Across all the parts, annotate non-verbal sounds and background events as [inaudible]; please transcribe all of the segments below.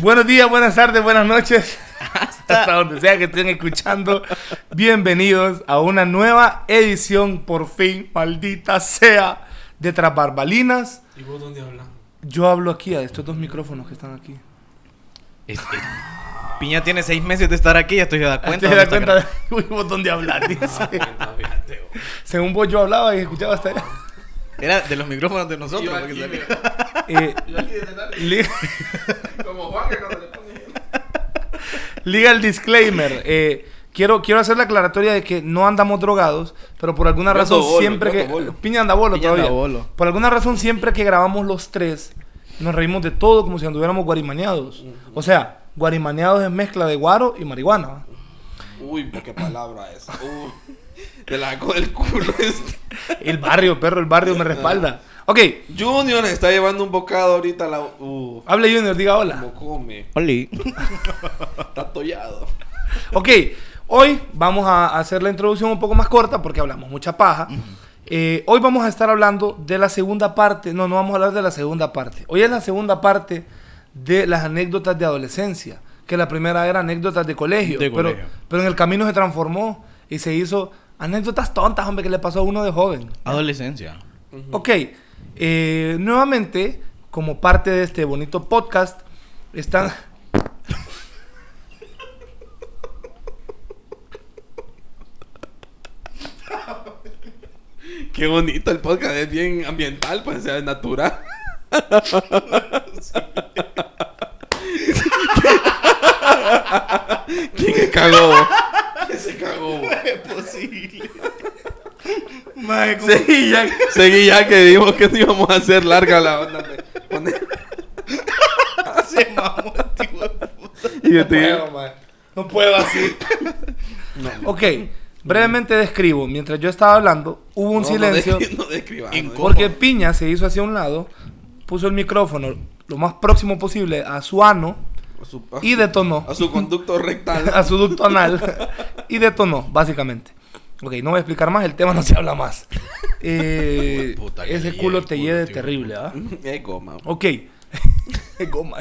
Buenos días, buenas tardes, buenas noches. Hasta, Hasta donde sea que estén escuchando. Bienvenidos a una nueva edición, por fin, maldita sea, de Tras Barbalinas. ¿Y vos dónde hablas? Yo hablo aquí a estos dos micrófonos que están aquí. Este, Piña tiene seis meses de estar aquí, ya estoy dando cuenta. ¿Te das dónde está cuenta? [laughs] Uy, vos dónde hablas, dice. Según vos, yo hablaba y escuchaba hasta allá. gra- Era de los micrófonos de nosotros. Yo porque aquí, salió. mira, Eh, yo aquí desde tarde, li- como Juan que cuando le pone- Legal disclaimer. eh, quiero, quiero hacer la aclaratoria de que no andamos drogados, pero por alguna Yo ando razón bolo, siempre yo que. ando bolo. Piña anda bolo Piña anda todavía. bolo. Por alguna razón siempre que grabamos los tres, nos reímos de todo como si anduviéramos guarimaneados. O sea, guarimaneados es mezcla de guaro y marihuana. ¿va? Uy, qué palabra es. Uh, te la hago el culo este. El barrio, perro, el barrio me respalda. Ok, Junior está llevando un bocado ahorita la. Uh, hable Junior, diga hola. como come. Oli. Está tollado. Ok, hoy vamos a hacer la introducción un poco más corta porque hablamos mucha paja. Eh, hoy vamos a estar hablando de la segunda parte. No, no vamos a hablar de la segunda parte. Hoy es la segunda parte de las anécdotas de adolescencia. Que la primera era anécdotas de colegio. De pero, colegio. pero en el camino se transformó y se hizo anécdotas tontas, hombre, que le pasó a uno de joven. Adolescencia. Ok, eh, nuevamente, como parte de este bonito podcast, están. Qué bonito el podcast, es bien ambiental, pues, o sea, es natural. ¿Quién se cagó? ¿Quién se cagó? Es posible. Mae, ¿cómo- Seguí ya, seguí ya que dijimos que no íbamos a hacer larga la onda. me- pone- se mamó este hijo de puta? Y yo te puedo, mae. No [laughs] puedo así. Ok, brevemente describo. Mientras yo estaba hablando, hubo un No, silencio. No, descri- [laughs] no describas, En no co- porque Piña se hizo hacia un lado, puso el micrófono lo más próximo posible a su ano, [laughs] describas. A su- a y su- detonó. A su [laughs] conducto a rectal. su ducto anal, [laughs] y detonó, básicamente. Ok, no voy a explicar más, el tema no se habla más. [laughs] Hijo Eh, de puta, que ese le culo llegue te el culo, lleve tío. terrible, ¿ah? Es goma. Ok. [laughs] Qué goma.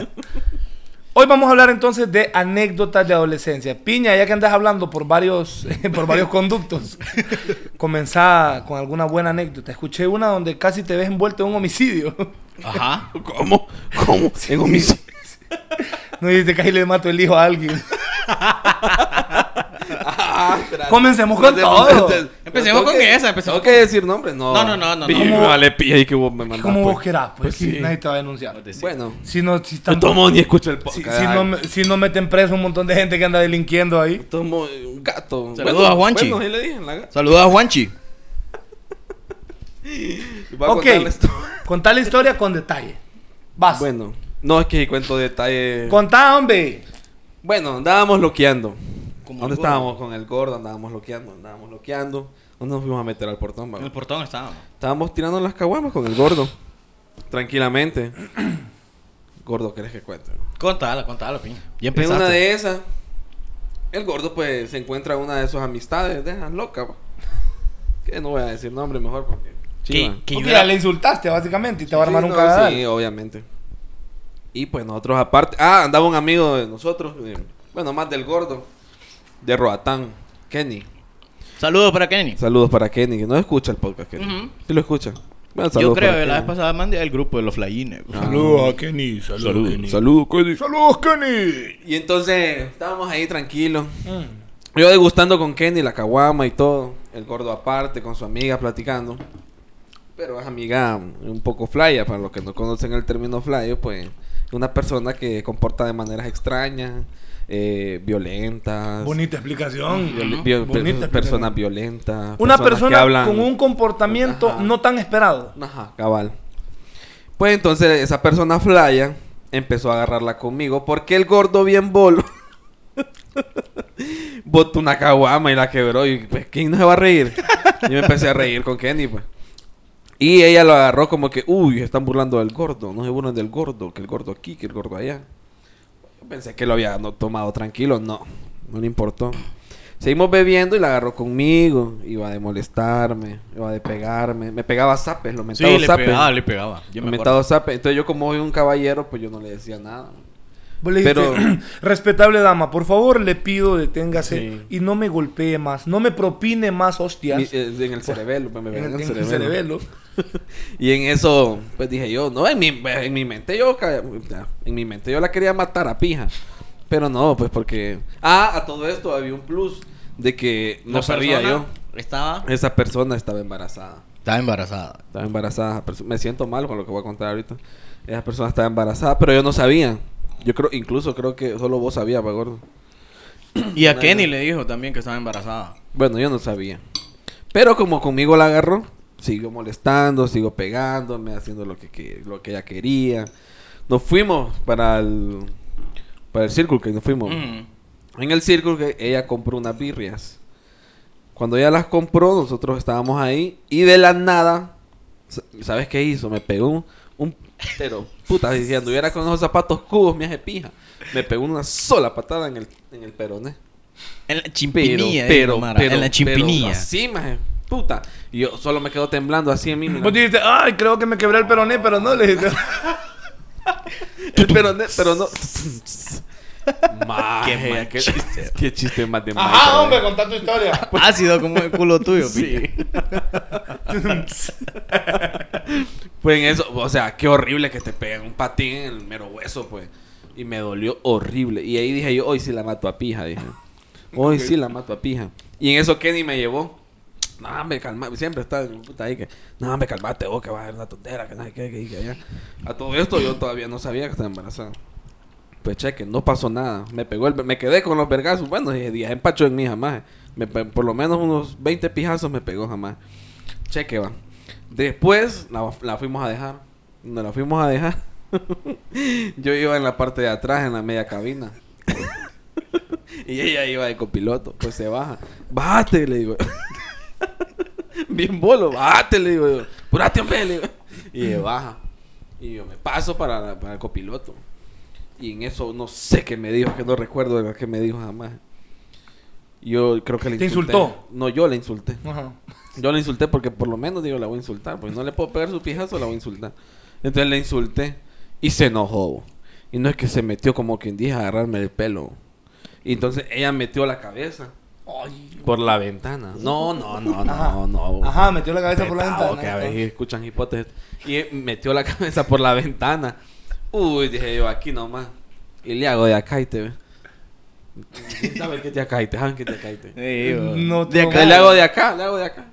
Hoy vamos a hablar entonces de anécdotas de adolescencia. Piña, ya que andas hablando por varios, [laughs] por varios conductos, comenzá con alguna buena anécdota. Escuché una donde casi te ves envuelto en un homicidio. [laughs] Ajá. ¿Cómo? ¿Cómo? En homicidio. No dice casi le mato el hijo a alguien. Ah, espérate. Comencemos con Empecemos- todo. entonces, Empecemos tengo con que- esa, empecemos. Tengo que decir nombres, no. No, no, no, no, no. Viva, ¿Cómo? le pilla ahí que vos me mandaste. ¿Cómo vos querás? Pues, Pues si sí. nadie te va a denunciar. Bueno. Si no, si Yo están- tomo ni escucho el si, podcast. si no, me- si no meten preso un montón de gente que anda delinquiendo ahí. Tomo eh, un gato. Saludos Bueno, a Juanchi. Bueno, ahí le dije en la gata. Saludos a Juanchi. Va a ok. contar la historia. Contá la historia con detalle. Vas. Bueno, no es que cuento detalles. Contá, hombre. Bueno, andábamos loqueando. Como ¿Dónde el gordo. estábamos con el gordo? Andábamos loqueando, andábamos loqueando. ¿Dónde nos fuimos a meter al portón? va? En el portón estábamos. Estábamos tirando las caguamas con el gordo. Tranquilamente. [clears throat] gordo, ¿querés que cuente? Contala, contala, Piña. Ya En empezaste. una de esas, el gordo pues se encuentra una de sus amistades, de esas locas. va. Que no voy a decir nombre mejor porque. chiva. Que yo Ok, era- ya le insultaste, básicamente, y te va a Sí, armar un no, cagadal. Sí, obviamente. Y pues nosotros aparte... Ah, andaba un amigo de nosotros. eh, bueno, más del gordo. De Roatán. Kenny. Saludos para Kenny. Saludos para Kenny, que no escucha el podcast, Kenny. Ujú. Sí lo escucha. Bueno, Yo saludos creo para que la vez Kenny. pasada mandé al grupo de los flyines. Ah. Saludos a Kenny, saludos Saludos, Kenny. saludos, Kenny. Saludos, Kenny. Y entonces estábamos ahí tranquilos. Mm. Yo degustando con Kenny la caguama y todo. El gordo aparte, con su amiga platicando. Pero es amiga mm, un poco flya, para los que no conocen el término flya, pues una persona que comporta de maneras extrañas, eh, violentas. Bonita explicación. viol- viol- Bonita per- personas violentas. Una personas que persona hablan- con un comportamiento Ajá. no tan esperado. Ajá, cabal. Pues entonces esa persona flaya empezó a agarrarla conmigo porque el gordo bien bolo [laughs] botó una caguama y la quebró y pues ¿quién no se va a reír? Yo me empecé a reír con Kenny pues. Y ella lo agarró como que, uy, están burlando del gordo, no se burlan del gordo, que el gordo aquí, que el gordo allá. Yo pensé que lo había no, tomado tranquilo, no, no le importó. Seguimos bebiendo y la agarró conmigo. Iba de molestarme, iba de pegarme. Me pegaba zapes, lo mentado Sí, le zapes. pegaba, le pegaba. Yo Lo me mentado acuerdo. zapes. Entonces yo como soy un caballero, pues yo no le decía nada. Vos le dijiste, [clears throat] Pero- respetable dama, por favor le pido deténgase Sí. y no me golpee más, no me propine más hostias Mi- eh, en el cerebelo, pues, me en, veían el, en el cerebelo. Y en eso, pues dije yo, no, en mi, en mi mente yo ca- ya, en mi mente yo la quería matar a pija. Pero no, pues porque. Ah, a todo esto había un plus de que no sabía yo. Estaba. Esa persona estaba embarazada. Estaba embarazada. Estaba embarazada. esa perso- Me siento mal con lo que voy a contar ahorita. Esa persona estaba embarazada, pero yo no sabía. Yo creo, incluso creo que solo vos sabías, pa' gordo. Y a Kenny le dijo también que estaba embarazada. Bueno, yo no sabía. Pero como conmigo la agarró, siguió molestando, sigo pegándome, haciendo lo que, que- lo que ella quería. Nos fuimos para el para el Circle que nos fuimos. Mm. En el Circle que ella compró unas birrias. Cuando ella las compró, nosotros estábamos ahí y de la nada, sa- ¿sabes qué hizo? Me pegó un, un- pero puta diciendo, yo era con esos zapatos cubos, me hace pija. Me pegó una sola patada en el en el peroné. En la Pero, chimpinilla. dijo pero, Mara, pero, En la chimpinilla. pero así, maje, puta. Y yo solo me quedo temblando así a mí. mira. Vos dijiste, ay, creo que me quebré el peroné, pero no le [laughs] dijiste. El peroné, Eh, pero no. Maje, [laughs] Qué mal qué chiste. Qué chiste más de Ajá, hombre, maje. contá tu historia. [laughs] Ácido como el culo tuyo, Sí. piña. Pues en eso, o sea, qué horrible que te peguen un patín en el mero hueso, pues. Y me dolió horrible. Y ahí dije yo, hoy sí la mato a pija, dije. Hoy sí la mato a pija. Y en eso Kenny me llevó. No, me calma, siempre está puta ahí que, no, me calmate vos, que va a haber una tontera, que no sé qué, que, que allá. A todo esto yo todavía no sabía que estaba embarazada. Pues cheque, no pasó nada. Me pegó el, me quedé con los vergazos. Bueno, dije, días empacho en mí jamás. Me pe- por lo menos unos 20 pijazos me pegó jamás. Cheque va. Después la, la fuimos a dejar. Nos la fuimos a dejar. [laughs] Yo iba en la parte de atrás, en la media cabina. [laughs] y ella iba de copiloto. Pues se baja. Bájate, le digo. [laughs] Bien bolo, bájate, le digo yo. Apurate, hombre, le digo. Y ella baja. Y yo me paso para, la- para el copiloto. Y en eso no sé qué me dijo, que no recuerdo de lo que me dijo jamás. Yo creo que le ¿Te insulté. insultó? No, yo le insulté. Ajá. Yo la insulté porque por lo menos digo, la voy a insultar. Pues no le puedo pegar su pijazo, la voy a insultar. Entonces la insulté y se enojó. bo. Y no es que se metió como quien dije a agarrarme el pelo. Y entonces ella metió la cabeza Ay. por la ventana. No, no, no, Ajá. no, no. bo. Ajá, metió la cabeza por la Petao, ventana. que a veces escuchan hipótesis. Y eh, metió la [laughs] cabeza por la ventana. Uy, dije yo, aquí nomás. Y le hago de acá y te ve. [laughs] ¿Quién sabe qué te acaite? ¿Saben qué te acaite? [laughs] No de te- acá. Le hago de acá, le hago de acá.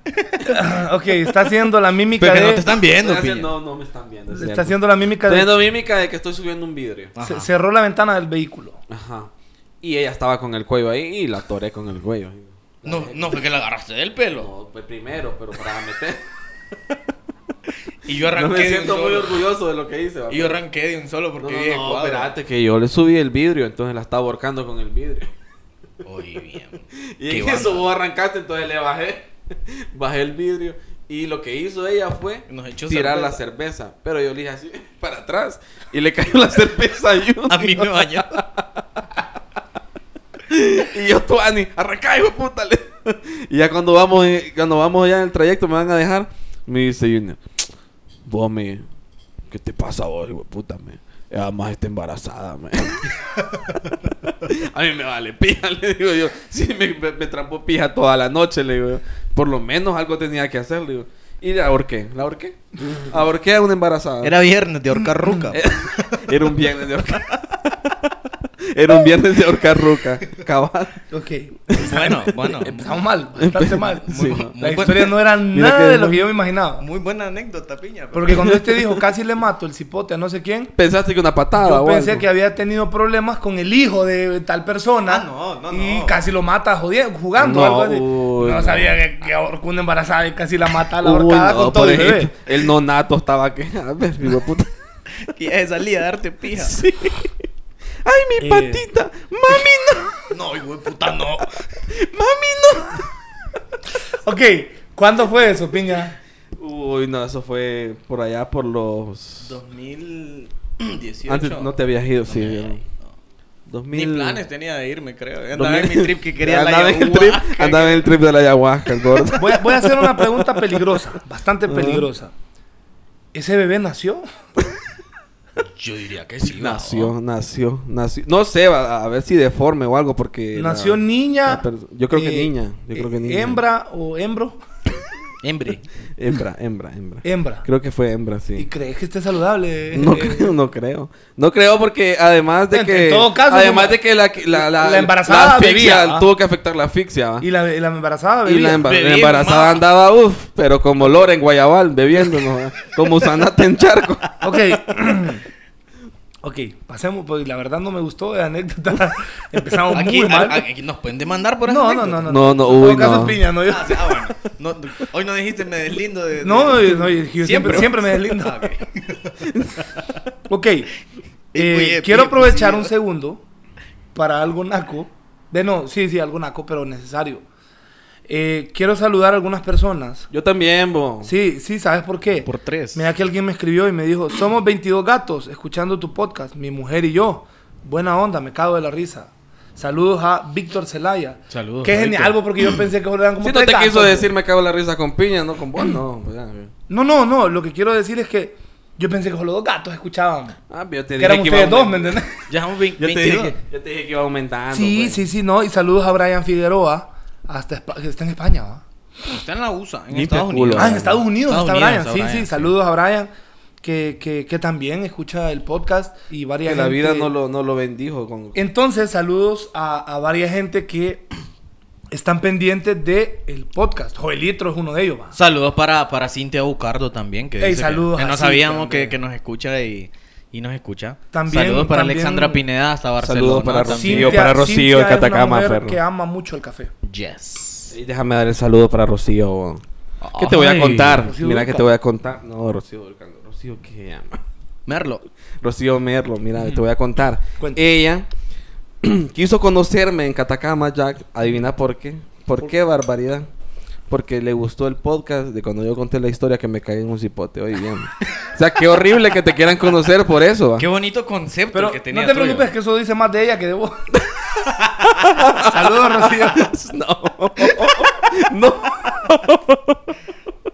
[clears throat] ok, está haciendo la mímica Pero que de... no te están viendo, Estoy piña. haciendo- No, no me están viendo. es Está cierto. haciendo la mímica Estoy de... haciendo mímica de que estoy subiendo un vidrio. Ah. C- cerró la ventana del vehículo. Ajá. Y ella estaba con el cuello ahí y la toré con el cuello. No, no fue que la agarraste del pelo. No, pues primero, pero para meter. Y yo No arranqué me de un siento muy solo. orgulloso de lo que hice. va, Y yo pero- arranqué de un solo porque no, vi de no, no, cuadro. espérate que yo le subí el vidrio, entonces la estaba ahorcando con el vidrio. Oye, bien. [laughs] Y Qué en banda. eso vos arrancaste, entonces le bajé. [laughs] Bajé el vidrio. Y lo que hizo ella fue Nos echó tirar cerveza. la cerveza. Pero yo le dije así, [laughs] para atrás. Y le cayó la [laughs] cerveza a Junior. A mí me [laughs] bañó. Y yo, Tuani, arrancá, hijo de puta. le- Y ya cuando vamos, eh, cuando vamos ya en el trayecto, me van a dejar. Me dice Junior, vos, me, ¿qué te pasa vos, hijo de puta, me? Además está embarazada, me. [laughs] a mí me vale pija, le digo yo. Sí, me, me, me trampó pija toda la noche, le digo yo. Por lo menos algo tenía que hacer, le digo. Y la ahorqué, la ahorqué. Ahorqué a una embarazada. Era viernes de horca ruca. Era un viernes de ahorcar. [laughs] Era un viernes de ahorcar ruca, cabal. Ok. [laughs] bueno, bueno. Empezamos mal, bastante mal. Sí, Muy- ¿no? la Muy historia bueno. no era Mira nada que- de lo que yo me imaginaba. Muy buena anécdota, piña. pero- Porque cuando este dijo, casi le mato el cipote a no sé quién, Pensaste que una patada yo o pensé algo. que había tenido problemas con el hijo de tal persona. Ah, no, no, Y no. casi lo mata jodiendo, jugando No, algo así. uy, no no. sabía que, que ahorcó una embarazada y casi la mata a la Uy, horcada no, con todo por el bebé. ejemplo, el nonato estaba que. [laughs] A ver, hijo de puta. [laughs] Que ya se salía a darte pija. ¡Ay, mi Eh. patita! ¡Mami, no! No, hijo de puta, no. ¡Mami, Ok, ¿cuándo fue eso, piña? no! Uy, no, eso fue por allá por los. 2018. Antes no te habías ido, sí. me había ido. 2000... Ni planes tenía de irme, creo. Andaba 2000. en mi trip que quería la [laughs] andaba en el trip, ayahuasca. andaba en el trip de la ayahuasca, el [laughs] gordo. Voy a, voy a hacer una Ah. pregunta peligrosa, bastante peligrosa. ¿Ese bebé nació? Yo diría que sí. va, Nació, va. nació, nació. No sé, va- a ver si deforme o algo, porque. la- Nació niña. eh, la per- yo creo que niña, yo creo que niña. Hembra o hembro. Hembre. Hembra, hembra, hembra. Hembra. Creo que fue hembra, ¿Y sí. crees que esté saludable? No [laughs] Eh, creo, no creo. No creo porque además de En- que. en todo caso, además como- de que la, la, la embarazada la asfixia bebía, ¿va? tuvo que afectar la asfixia. ¿va? Y la, y la embarazada, Y la, bebía. emba- la Bebía, embarazada mamá. andaba, uff, pero como Lora en Guayabal, bebiendo, ¿no? como [laughs] sanate en charco. Ok. [clears throat] ok, pasemos, pues la verdad no me gustó la anécdota. [laughs] Empezamos Aquí, muy mal. a- aquí nos pueden demandar por no, no, anécdota. no, no, No, no, En todo uy, caso no. es piña, no, yo- Ah, sí, ah, bueno. No, no, hoy no dijiste me deslindo de. de- no, no, yo- no, yo siempre, siempre, me [laughs] deslindo. Ah, ok. Ok, eh, Oye, quiero pi- aprovechar sí, un ¿no? segundo para algo naco. De no, sí, sí, algo naco, pero necesario. Eh, quiero saludar a algunas personas. Yo también, bo. Sí, sí, ¿sabes por qué? Por tres. Mira que alguien me escribió y me dijo, somos 22 gatos escuchando tu podcast, mi mujer y yo. Buena onda, me cago de la risa. Saludos a Víctor Celaya. Saludos, Qué a genial, Víctor. algo porque yo pensé que eran como pues. Si no tres te gatos, quiso güey. decir me cago en la risa con piña, no con vos, no. pues ya, güey. No, no, no, lo que quiero decir es que yo pensé que solo dos gatos escuchaban. Ah, pero yo te Que dije eran iba ustedes dos, ¿me aumentando. entendés? Ya somos vein- Yo te, 22. dije, yo te dije que iba aumentando. pues. Sí, güey. sí, sí, no. Y saludos a Brian Figueroa, hasta Espa- que está en España, ¿va? Está en la USA, en Limpia Estados culo. Unidos. Ah, en Estados Unidos Estados está Unidos, Brian. está sí, Brian, sí, saludos a Brian, que, que, que también escucha el podcast y varias Que la vida gente- no lo, no lo bendijo. Con... Entonces, saludos a, a varias gente que están pendientes de el podcast. Joelitro es uno de ellos, va. Saludos para, para Cintia Bucardo también, que, Ey, dice que- saludos que a no Cintia, sabíamos hombre. que, que nos escucha y, y nos escucha. También- saludos para también- Alexandra Pineda hasta Barcelona. Saludos para también. Rocío. para Rocío Cintia en es una Catacama, mujer Ferro. que ama mucho el café. Yes. Y déjame dar el saludo para Rocío. bo. ¿Qué te voy a Ay, contar? Rocío mira Durcal. que te voy a contar. No, Rocío Durcal, no, Rocío, ¿qué se llama? Merlo. Rocío Merlo, mira, te voy a contar. Cuenta. Ella [clears throat] quiso conocerme en Catacama, Jack. Adivina por qué. ¿Por qué barbaridad? Porque le gustó el podcast de cuando yo conté la historia que me caí en un cipote. Oye, [laughs] bien. o sea, qué horrible que te quieran conocer por eso. ¿va? Qué bonito concepto Pero que tenía no te tuyo. preocupes que eso dice más de ella que de vos. [laughs] saludos, Rocío. No. no.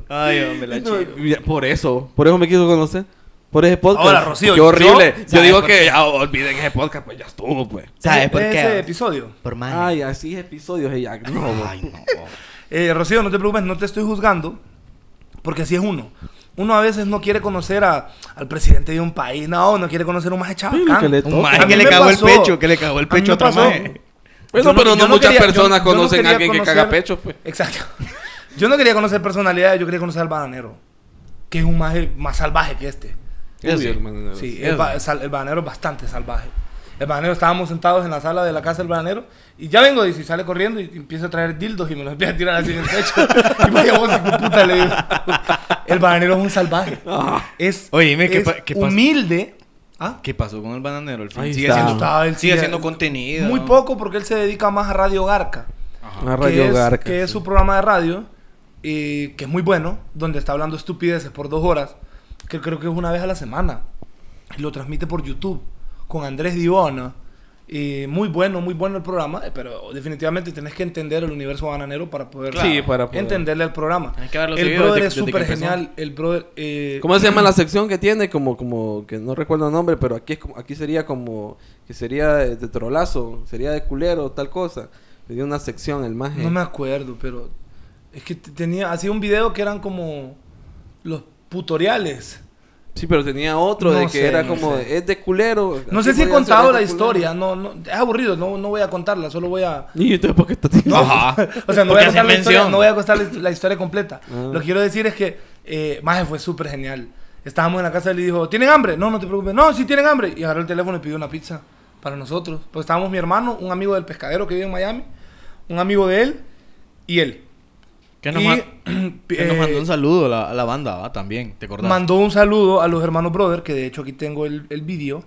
Ay, hombre, la No, chido. mira, por eso. Por eso me quiso conocer. Por ese podcast. Ahora, Rocío, Qué horrible. yo- Yo, ¿sabes digo por que ya olviden ese podcast, pues ya estuvo, pues. ¿Sabes por Ese qué? episodio. Por maña. Ay, así episodios de Jack. No, bo. Ay, no. Eh, Rocío, no te preocupes, no te estoy juzgando, porque así es uno. Uno a veces no quiere conocer a- al presidente de un país, no, no quiere conocer a un maje Sí, lo que chabacán. le toca. Un A maje mí que le me cagó el pasó. pecho, que le cagó A el mí pecho me a otro pasó. maje. Bueno, pero no, yo muchas quería- yo- personas yo no conocen quería a alguien conocer- que caga pecho, pues. Exacto. [laughs] Yo no quería conocer personalidades, yo quería conocer al bananero, que es un maje más salvaje que este. Eso Uy, sí. hermano, Sí, es el, ba- verdad. sal- el bananero es bastante salvaje. El bananero, estábamos sentados en la sala de la casa del bananero y ya vengo, dice, y sale corriendo y empieza a traer dildos y me los empieza a tirar así en el pecho. [laughs] y vaya vos, hijo de puta, le digo. El bananero es un salvaje. Ah. Es, Oye, dime, ¿qué es pa- qué pasó? humilde. ¿Ah? ¿Qué pasó con el bananero? El fin Ahí sigue está. haciendo, Está, él sigue sigue- haciendo contenido. Muy poco porque él se dedica más a Radio Garca. Una que radio es, garca. que es su programa de radio, y que es muy bueno, donde está hablando estupideces por dos horas, que creo que es una vez a la semana. Y lo transmite por YouTube, con Andrés Diona. Y muy bueno, muy bueno el programa, eh, pero definitivamente tenés que entender el universo bananero para poder, Claro. Sí, para poder. entenderle el programa. Hay que verlo el seguido brother desde- es desde que súper empezó. genial, el brother... eh, ¿Cómo se llama la sección que tiene? Como, como, que no recuerdo el nombre, pero aquí es como, aquí sería como, que sería de, de trolazo, sería de culero, tal cosa. Tenía una sección, el maje. No me acuerdo, pero es que t- tenía, hacía un video que eran como los tutoriales. Sí, pero tenía otro No de que sé, era no como, sé. es de culero. No así sé si he podía ser, contado es de la culero. historia, no, no, es aburrido, no, no voy a contarla, solo voy a... ¿Y entonces por qué estás diciendo? Ajá. [laughs] O sea, no voy Porque a contar hacen la historia, mención. no voy a contar la, hist- la historia completa. Ah. Lo que quiero decir es que, eh, maje, fue súper genial. Estábamos en la casa y le dijo, ¿tienen hambre? No, no te preocupes. No, sí tienen hambre. Y agarró el teléfono y pidió una pizza para nosotros. Pues estábamos mi hermano, un amigo del pescadero que vive en Miami, un amigo de él y él. Que nos, Y, ma- que [clears throat] eh, nos mandó un saludo la- a la, banda, ¿va? También, ¿te acordás? Mandó un saludo a los hermanos Brother, que de hecho aquí tengo el, el vídeo.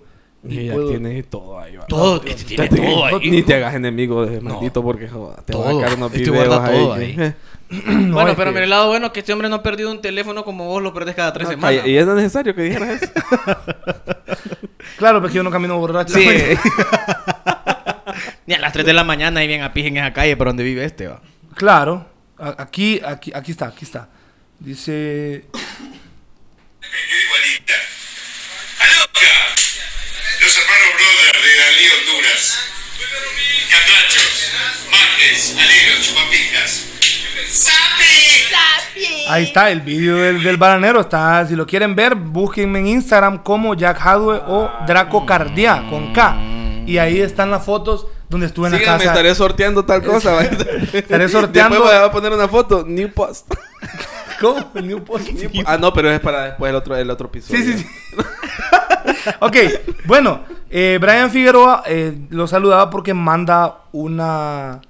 Y Y ya puedo- tienes todo ahí, va. Todo, este tiene todo ahí. Ni te hagas enemigo de ese maldito porque joda, te va a Todo. sacar unos Este videos guarda ahí. todo que- [clears throat] No, bueno, es pero que- mira el lado bueno es que este hombre no ha perdido un teléfono como vos lo perdés cada tres No, semanas. calla- y es necesario que dijeras eso. Claro, porque yo no camino borracho. Sí. Ni a las 3 de la mañana y bien a pis en esa calle por donde vive este, va. [laughs] Claro. A- Aquí, aquí, aquí está, aquí está. Dice. Igualita. ¡Aloca! chupapicas. ¡Sapi! Ahí está, el vídeo del, del bananero está. Si lo quieren ver, búsquenme en Instagram como Jack Hadwe o Draco Cardia con K. Y ahí están las fotos donde estuve en Síganme, la casa. estaré sorteando tal cosa. va. Estaré sorteando- Después voy a poner una foto. New post. [laughs] ¿Cómo? New Post. Ah, no, pero es para después el otro, el otro episodio. Sí, sí, sí. [laughs] ok, bueno, eh, Brian Figueroa eh, lo saludaba porque manda una.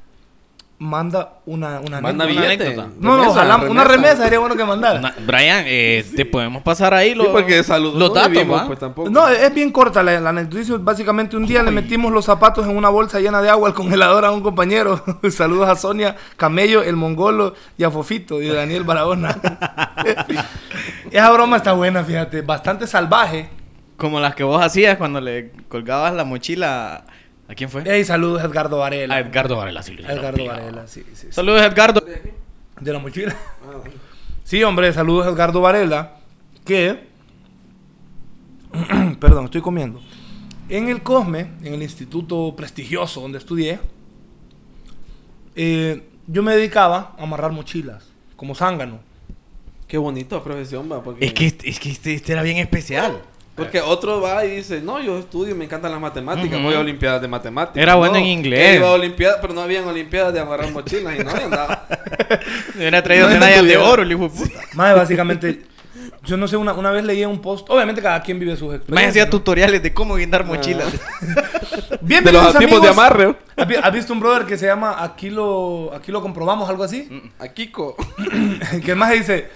Manda una. una Manda anécdota. billete. anécdota. No, no, ojalá una remesa sería bueno que mandara. Na- Brian, eh, te podemos pasar ahí los, Sí, porque salud. los datos, vivimos, ¿va? pues tampoco. No, eh. es bien corta la, la anécdota. Básicamente un día le metimos los zapatos en una bolsa llena de agua al congelador a un compañero. [laughs] Saludos a Sonia, Camello, el Mongolo y a Fofito y a Daniel Barahona. Esa broma está buena, fíjate. Bastante salvaje. Como las que vos hacías cuando le colgabas la mochila. ¿A quién fue? Y saludos a Edgardo Varela. A Edgardo Varela, sí. A Edgardo Varela, sí, sí, sí. Saludos, Edgardo. De la mochila. Ah, Sí, hombre, saludos a Edgardo Varela, que... [clears throat] Perdón, estoy comiendo. En el COSME, en el instituto prestigioso donde estudié, eh, yo me dedicaba a amarrar mochilas, como zángano. Qué bonito profesión, va. Porque, Es que, este- es que este, este era bien especial. porque otro va y dice, no, yo estudio, me encantan las matemáticas, voy a olimpiadas de matemáticas. Era bueno No, en inglés. él Iba a olimpiadas, pero no habían olimpiadas de amarrar mochilas y no y andaba. [laughs] Me hubiera traído No, no medallas de tuviera. oro, el hijo de puta. Más [laughs] básicamente, yo no sé, una, una vez leí un post, obviamente cada quien vive sus Me experiencias. hacía tutoriales de cómo Ah. guindar mochilas. De los Bienvenidos tipos de amigos. amarre. ¿Has vi- ¿Has visto un brother que se llama Aquí lo, aquí lo comprobamos, algo así? A Kiko. [laughs] que el maje dice.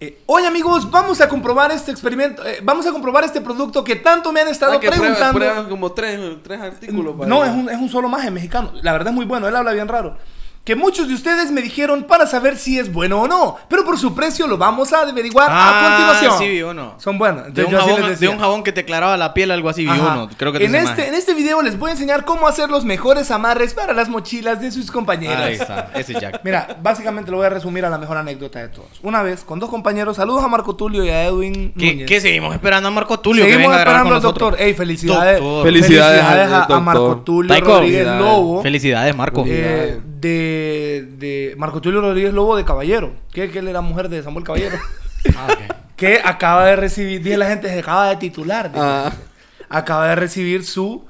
eh, Oye amigos, vamos a comprobar este experimento, eh, vamos a comprobar este producto que tanto me han estado Ah, que prueba- preguntando. prueban como tres, tres artículos. para- no, es un, es un solo maje mexicano, la verdad es muy bueno, él habla bien raro. Que muchos de ustedes me dijeron para saber si es bueno o no, pero por su precio lo vamos a averiguar a continuación. Ah, Sí, vi uno. Son buenas. De Entonces un, yo así les jabón, de decía. un jabón que te aclaraba la piel, algo así, vi Ajá. uno. Creo que te en, hice este, imagen. en este video les voy a enseñar cómo hacer los mejores amarres para las mochilas de sus compañeros. Ahí está, ese [laughs] Jack. Mira, básicamente lo voy a resumir a la mejor anécdota de todos. Una vez, con dos compañeros, saludos a Marco Tulio y a Edwin ¿Qué, Núñez. qué seguimos esperando a Marco Tulio? que Seguimos venga a grabar esperando al con nosotros? doctor. Ey, felicidades. Doctor. Felicidades al a, a doctor. Marco Tulio Taiko. Rodríguez Lobo. Felicidades, Marco. eh, de, de Marco Tulio Rodríguez Lobo de Caballero. Que, que él era mujer de Samuel [laughs] Caballero. Ah, que acaba de recibir, dije la gente, se acaba de titular. dijo. Ah. Acaba de recibir su,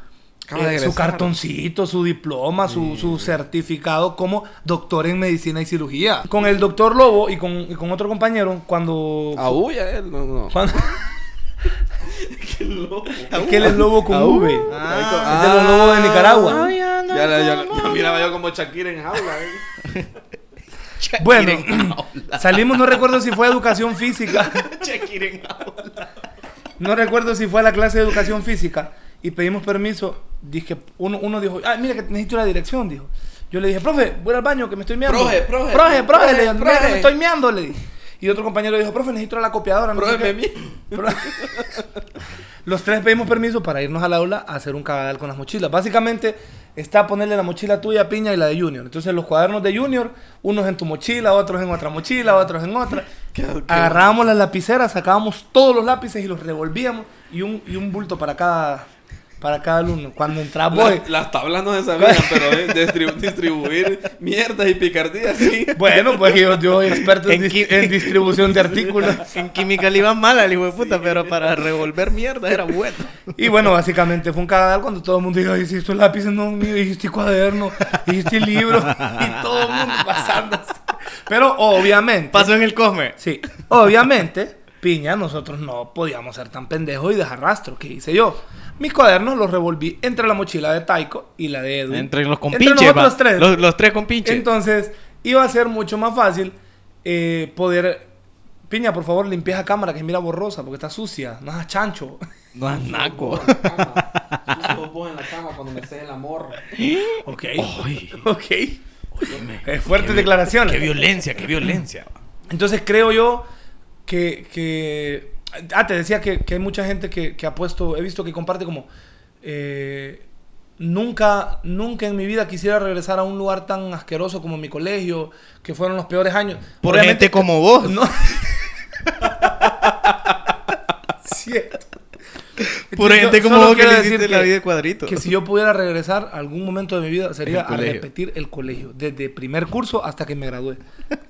Acaba de eh, su egresar. cartoncito, su diploma, su, su certificado como doctor en medicina y cirugía. Con el doctor Lobo y con, y con otro compañero, cuando... Aúlla él, no, no. cuando- Es que él es lobo con V. Ah, Es de los lobos de Nicaragua. Ah, Ya, la- ya la- ya miraba yo como Shakira en jaula. ¿eh? [laughs] Bueno, [clears throat] salimos, no recuerdo si fue a educación [laughs] física. No recuerdo si fue a la clase de educación física. Y pedimos permiso. Dije, uno, uno dijo, ah, mira que necesito la dirección, dijo. Yo le dije, profe, voy al baño que me estoy meando. Profe, profe, Profe, profe, profe, le dije, "Mira que profe". me estoy meando, le dije. Y otro compañero dijo, profe, necesito la copiadora. no sé Profe, qué". me mí. Pero- Los tres pedimos permiso para irnos al aula a hacer un cagadal con las mochilas. Básicamente está ponerle la mochila tuya, piña y la de Junior. Entonces los cuadernos de Junior, unos en tu mochila, otros en otra mochila, otros en [laughs] otra. Agarrábamos las lapiceras, sacábamos todos los lápices y los revolvíamos y un, y un bulto para cada, para cada alumno. Cuando entraba La- voy. las tablas no se sabían, pero eh, distribu- distribuir mierdas y picardías, sí. Bueno, pues yo, yo soy experto [laughs] en, En dis- qui- en distribución de artículos. En química le iban mal al hijo de puta, pero para revolver mierda [laughs] era bueno. Y bueno, básicamente fue un cagadal cuando todo el mundo dijo, hiciste lápices, no, mío, hiciste cuaderno, hiciste libro, [laughs] y todo el mundo pasándose. Pero obviamente, Pasó en el Cosme. sí, obviamente, piña, nosotros no podíamos ser tan pendejos y dejar rastro, que hice yo? Mis cuadernos los revolví entre la mochila de Taiko y la de Edwin. Entre los compinches. Entre nosotros va. tres. Los, los tres compinches. Entonces, iba a ser mucho más fácil eh, poder... Piña, por favor, limpia esa cámara que mira borrosa porque está sucia, no es chancho. no es naco. [laughs] en la cama cuando me la morra. Ok. Ok. Eh, fuertes declaraciones. Qué violencia, qué violencia. va. Entonces creo yo que, que- Ah, te decía que, que hay mucha gente que, que ha puesto... He visto que comparte como... eh, nunca, nunca en mi vida quisiera regresar a un lugar tan asqueroso como mi colegio, que fueron los peores años. Por Obviamente- [laughs] gente como vos. [laughs] [laughs] No. Cierto. Pura Yo gente como solo vos que quiero le decir hiciste la vida de cuadrito. Que si yo pudiera regresar a algún momento de mi vida sería El a colegio. repetir el colegio, desde primer curso hasta que me gradué,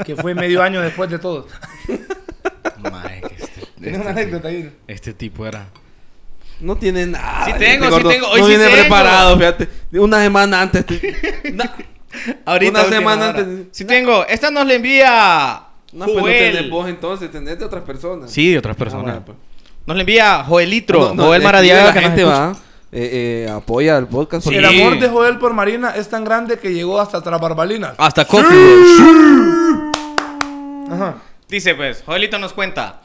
que fue medio año después de todo. [laughs] [laughs] Mae, que [laughs] este, Tienes una este- anécdota ahí. este tipo era. No tiene nada. Sí este tengo, sí gordo. tengo, hoy no sí viene tengo. preparado, fíjate. Una semana [laughs] antes. te- Na- [laughs] Ahorita Una última semana hora. antes. Si tengo, esta nos la envía. No, Joel. pero no tenés vos entonces, tenés de otras personas. Sí, de otras Ah, personas. bueno, pues. nos la envía Joelitro, No, no, Joel le Maradiaga. escribe que La nos gente escucha. va. eh, eh, apoya el podcast. El amor de Joel por Marina es tan grande que llegó hasta tras barbalinas. Hasta Coffee Rush. Ajá. Dice pues, Joelito nos cuenta.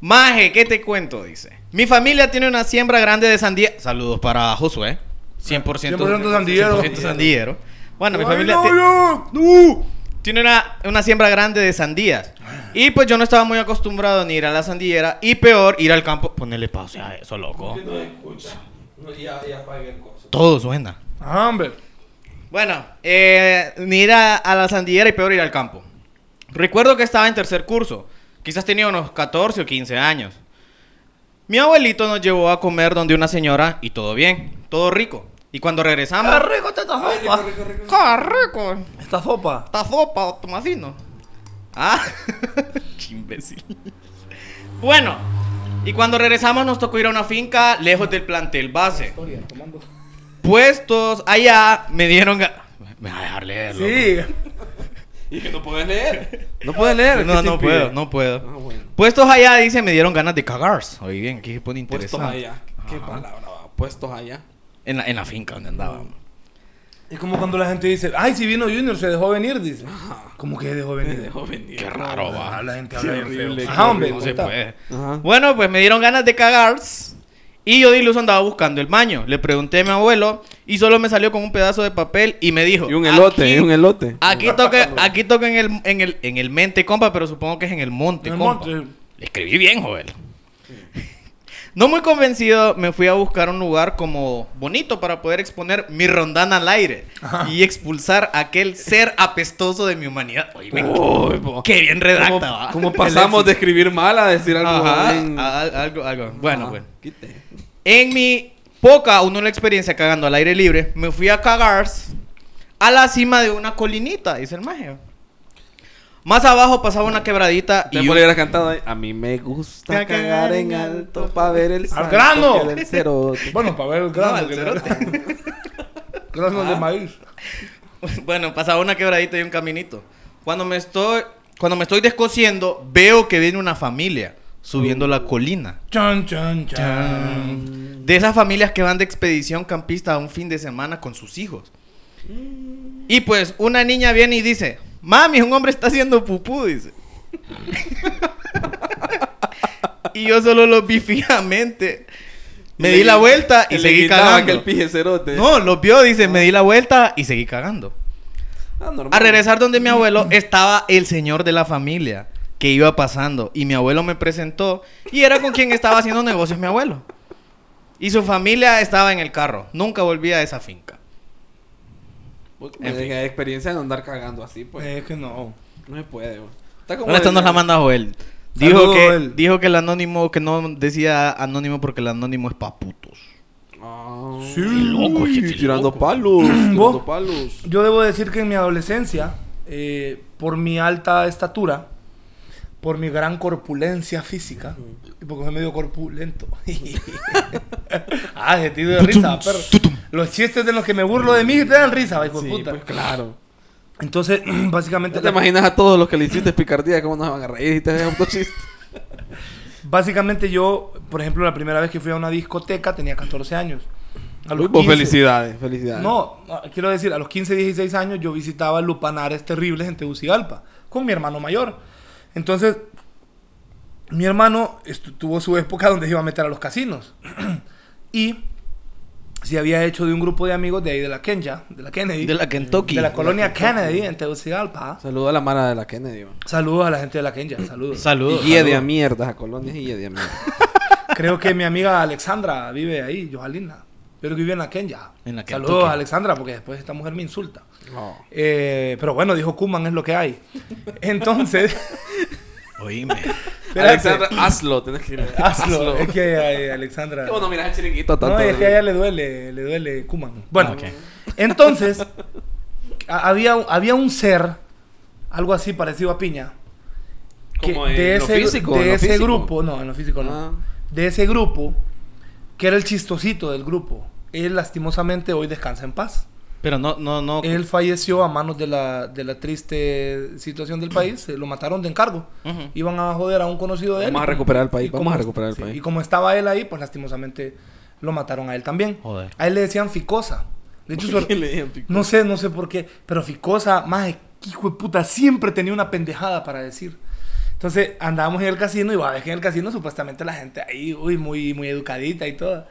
Maje, ¿qué te cuento? Dice. Mi familia tiene una siembra grande de sandía. Saludos para Josué. 100%, 100% sandillero. 100% sandillero. Bueno, mi Ay, familia no, ti- yo. tiene una, una siembra grande de sandías. Y pues yo no estaba muy acostumbrado ni ir a la sandillera. Y peor, ir al campo. Ponele pausa a eso, loco. No escucha. ya, ya pagué el costo. Todo suena. Ajá, hombre. Bueno, eh, ni ir a, a la sandillera y peor ir al campo. Recuerdo que estaba en tercer curso. Quizás tenía unos 14 o 15 años. Mi abuelito nos llevó a comer donde una señora y todo bien, todo rico. Y cuando regresamos... Ah, Qué Ah, rico está esta sopa. ¡Qué rico! Esta sopa. ¡Esta sopa, Tomasino! ¡Ah! [laughs] ¡Qué imbécil! Bueno, y cuando regresamos nos tocó ir a una finca lejos del plantel base. Puestos allá me dieron... ga- Me va a dejar leerlo. Sí. Y que no puedes leer. No puedes leer. No, ¿qué te no impide? puedo, no puedo. Ah, bueno. Puestos allá, dice, me dieron ganas de cagarse. Oye, bien, aquí se pone Puestos interesante. allá. Qué palabra, va. Puestos allá. En la, en la finca donde andábamos. Es como cuando la gente dice, ay, si vino Junior, se dejó venir, dice. ¿Cómo que dejó venir? venir. Qué raro, va. Ah, la gente habla Qué bien feo. horrible, qué Ajá, hombre. No se contá. puede. Ajá. Bueno, pues me dieron ganas de cagarse. Y yo de iluso andaba buscando el baño. Le pregunté a mi abuelo y solo me salió con un pedazo de papel y me dijo... Y un elote, "Aquí- y un elote. Aquí [laughs] toca, aquí toca en, el, en, el, en el mente, compa, pero supongo que es en el monte, En el compa. monte. Le escribí bien, joven. [laughs] No muy convencido, me fui a buscar un lugar como bonito para poder exponer mi rondana al aire y expulsar aquel ser apestoso de mi humanidad. Oye, me- Uy, po. qué bien ¿ah? ¿Cómo, redacta, va. [laughs] [laughs] cómo pasamos de escribir mal a decir algo Ajá, bien? a- a- algo, algo. Bueno, Ajá, pues. ah, quite. En mi poca o nula experiencia cagando al aire libre, me fui a cagar a la cima de una colinita, dice el mago. Más abajo pasaba una quebradita Te y un- hubieras cantado ahí, A mí me gusta cagar en alto para ver el salto grano! que del cero. Bueno, para ver el grano. al que le- [laughs] Granos de Ah. maíz. [laughs] bueno, pasaba una quebradita y un caminito. Cuando me estoy, cuando me estoy descosiendo, veo que viene una familia Uh. subiendo la colina. Chan, chan, chan. De esas familias que van de expedición campista a un fin de semana con sus hijos. Y pues una niña viene y dice, mami, un hombre está haciendo pupú, dice. [laughs] y yo solo lo vi fijamente. [laughs] Me di la vuelta y le seguí gritaba cagando. que el pije cerote. No, lo vio, dice, me di la vuelta y seguí cagando. Ah, normal. A regresar donde mi abuelo estaba el señor de la familia que iba pasando y mi abuelo me presentó y era con quien estaba haciendo negocios mi abuelo. Y su familia estaba en el carro. Nunca volví a esa finca. Puta, me dejé experiencia de andar cagando así, pues. Es que no. No se puede, güey. Está como Eh. Ahora esta el- nos la manda Joel. Dijo Saludos, que Joel. dijo que el anónimo que no decía anónimo porque el anónimo es paputos. Ah, Sí. loco, Uy, qué tirando [clears throat] palos. ¿Vos? tirando palos. Yo debo decir que en mi adolescencia, eh, por mi alta estatura, por mi gran corpulencia física, y porque soy medio corpulento. [laughs] ah, ese tío de risa, perro. Los chistes de los que me burlo de mí te dan risa, hijo de Sí, puta. pues claro. Entonces, [clears throat] básicamente, ¿Te, te la- imaginas a todos los que le hiciste picardía cómo nos van a reír y te dejan un [laughs] chiste? básicamente yo, por ejemplo, la primera vez que fui a una discoteca tenía 14 años. A los Uy, vos 15. felicidades, felicidades. No, no, quiero decir, a los 15, 16 años yo visitaba lupanares terribles en Tegucigalpa con mi hermano mayor. Entonces, mi hermano estu- tuvo su época donde se iba a meter a los casinos. [clears throat] y se había hecho de un grupo de amigos de ahí de la Kenya, de la Kennedy, De la Kentucky. de la colonia Kennedy en Tegucigalpa. Saludo a la mara de la Kennedy, man. Saludos a la gente de la Kenya, saludos. Mm, Saludos. Y guía de a saludos. mierda, a colonias y guía de a mierda. Creo que mi amiga Alexandra vive ahí, Jojalina. Yo creo que vive en la Kenya. En la Saludos Kentucky. a Alexandra porque después esta mujer me insulta. No. Eh, pero bueno, dijo Kuman, es lo que hay. Entonces, Oíme. Espérate. Alexandra, hazlo. Tenés [laughs] que ir. Hazlo. Es que eh, Alexandra. Bueno, mira el chiringuito tanto. No, es que a ella le duele, le duele Kuman. Bueno, entonces, a- había, había un ser, algo así parecido a Piña, que Como en de lo ese, físico, de en lo ese físico. grupo, no, en lo físico no, Ah. de ese grupo, que era el chistosito del grupo. Él lastimosamente hoy descansa en paz. Pero no, no, no. Él falleció a manos de la, de la triste situación del país. eh, Lo mataron de encargo. Ujú. Iban a joder a un conocido de él. Vamos a recuperar el país, Y vamos como- a recuperar el sí, país. Y como estaba él ahí, pues lastimosamente lo mataron a él también. Joder. A él le decían Ficosa. De [laughs] hecho, su- ¿Qué le digan, pico? no sé, no sé por qué. Pero Ficosa, más hijo de puta, siempre tenía una pendejada para decir. Entonces andábamos en el casino y va a ver que en el casino supuestamente la gente ahí, uy, muy, muy educadita y todo.